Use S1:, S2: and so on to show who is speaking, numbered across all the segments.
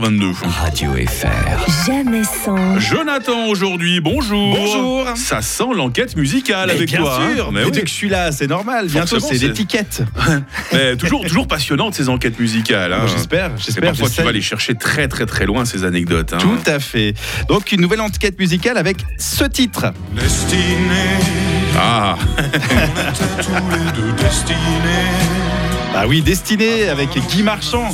S1: 22.
S2: Radio FR.
S3: Jamais sans,
S1: Jonathan aujourd'hui, bonjour.
S4: Bonjour.
S1: Ça sent l'enquête musicale
S4: Mais
S1: avec
S4: bien
S1: toi. hein.
S4: sûr,
S1: Mais
S4: mais
S1: oui.
S4: dès que je suis là, c'est normal. Bientôt,
S1: Forcément,
S4: c'est
S1: c'est- Ah,
S4: l'étiquette.
S1: Mais toujours, toujours passionnante ces enquêtes musicales. hein.
S4: Moi, J'espère,
S1: Et
S4: j'espère.
S1: parfois tu
S4: j'essaye.
S1: vas les chercher très très très loin ces anecdotes. hein.
S4: Tout à fait. Donc une nouvelle enquête musicale avec ce titre.
S1: Ah,
S4: Ah oui, Destiné avec Guy Marchand.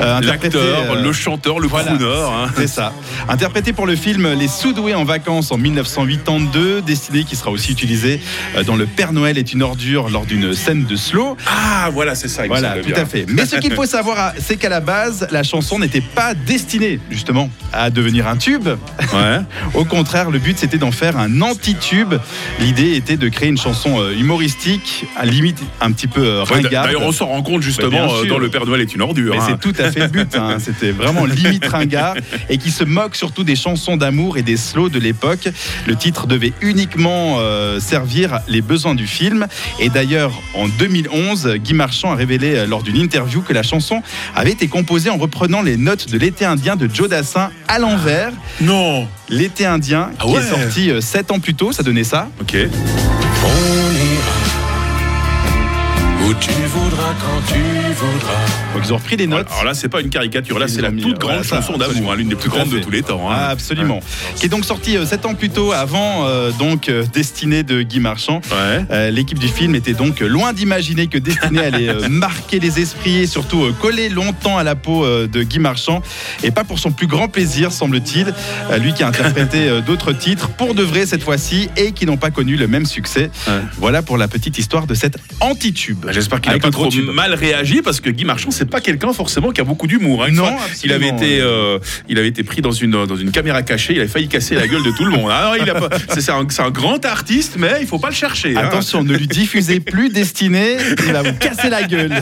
S4: euh, interprété,
S1: l'acteur,
S4: euh,
S1: le chanteur, le
S4: voilà.
S1: crooner, hein.
S4: C'est ça. Interprété pour le film Les Soudoués en vacances en 1982, Destiné qui sera aussi utilisé euh, dans Le Père Noël est une ordure lors d'une scène de slow.
S1: Ah voilà, c'est ça. il me
S4: Voilà,
S1: semble
S4: tout
S1: bien.
S4: à fait. Mais ce qu'il faut savoir, ah, c'est qu'à la base, la chanson n'était pas destinée justement à devenir un tube.
S1: Ouais.
S4: Au contraire, le but c'était d'en faire un anti-tube. L'idée était de créer une chanson euh, humoristique, à limite un petit peu euh,
S1: Ouais,
S4: ringarde.
S1: D'ailleurs, on s'en rend compte
S4: Bah,
S1: justement
S4: bien
S1: euh,
S4: sûr.
S1: dans Le Père Noël est une ordure.
S4: mais
S1: hein.
S4: c'est tout à fait le but, hein. c'était vraiment limite ringard et qui se moque surtout des chansons d'amour et des slows de l'époque. Le titre devait uniquement euh, servir les besoins du film. Et d'ailleurs, en 2011, Guy Marchand a révélé euh, lors d'une interview que la chanson avait été composée en reprenant les notes de l'été indien de Joe Dassin à l'envers.
S1: Non.
S4: L'été indien
S1: Ah
S4: qui
S1: ouais.
S4: est sorti euh, sept ans plus tôt, ça donnait ça.
S1: Ok.
S2: Où tu voudras quand tu voudras.
S4: Donc ils ont repris les notes.
S1: Alors là, c'est pas une caricature. Là,
S4: Ils
S1: c'est la
S4: ont mis,
S1: toute
S4: euh,
S1: grande
S4: voilà, ça,
S1: chanson d'amour,
S4: absolument.
S1: hein, l'une des plus
S4: Tout à
S1: grandes de
S4: fait.
S1: tous les temps. hein.
S4: Ah, absolument. Qui est donc sorti euh, sept ans plus tôt, avant euh, donc euh, Destinée de Guy Marchand.
S1: Ouais.
S4: Euh, L'équipe du film était donc loin d'imaginer que Destinée allait euh, marquer les esprits et surtout euh, coller longtemps à la peau euh, de Guy Marchand. Et pas pour son plus grand plaisir, semble-t-il. Euh, lui qui a interprété euh, d'autres titres, pour de vrai cette fois-ci, et qui n'ont pas connu le même succès.
S1: Ouais.
S4: Voilà pour la petite histoire de cette anti-tube.
S1: Bah, J'espère qu'il n'a
S4: Avec
S1: pas
S4: le gros
S1: trop
S4: tube.
S1: mal réagi parce que Guy Marchand, c'est pas quelqu'un forcément qui a beaucoup d'humour. hein. Une
S4: Non,
S1: fois, il avait
S4: absolument.
S1: été, euh, il avait été pris dans une dans une caméra cachée. Il avait failli casser la gueule de tout le monde. Ah, non, il a pas- c'est c'est un, c'est un grand artiste, mais il faut pas le chercher. hein.
S4: Attention, ne lui diffusez plus Destinée, il va vous casser la gueule.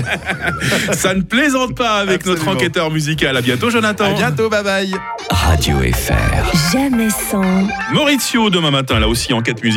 S1: Ça ne plaisante pas avec notre
S4: Absolument.
S1: enquêteur musical. À bientôt, Jonathan.
S4: À bientôt, bye bye.
S2: Radio FR.
S3: jamais sans.
S1: Maurizio demain matin. Là aussi, enquête musicale.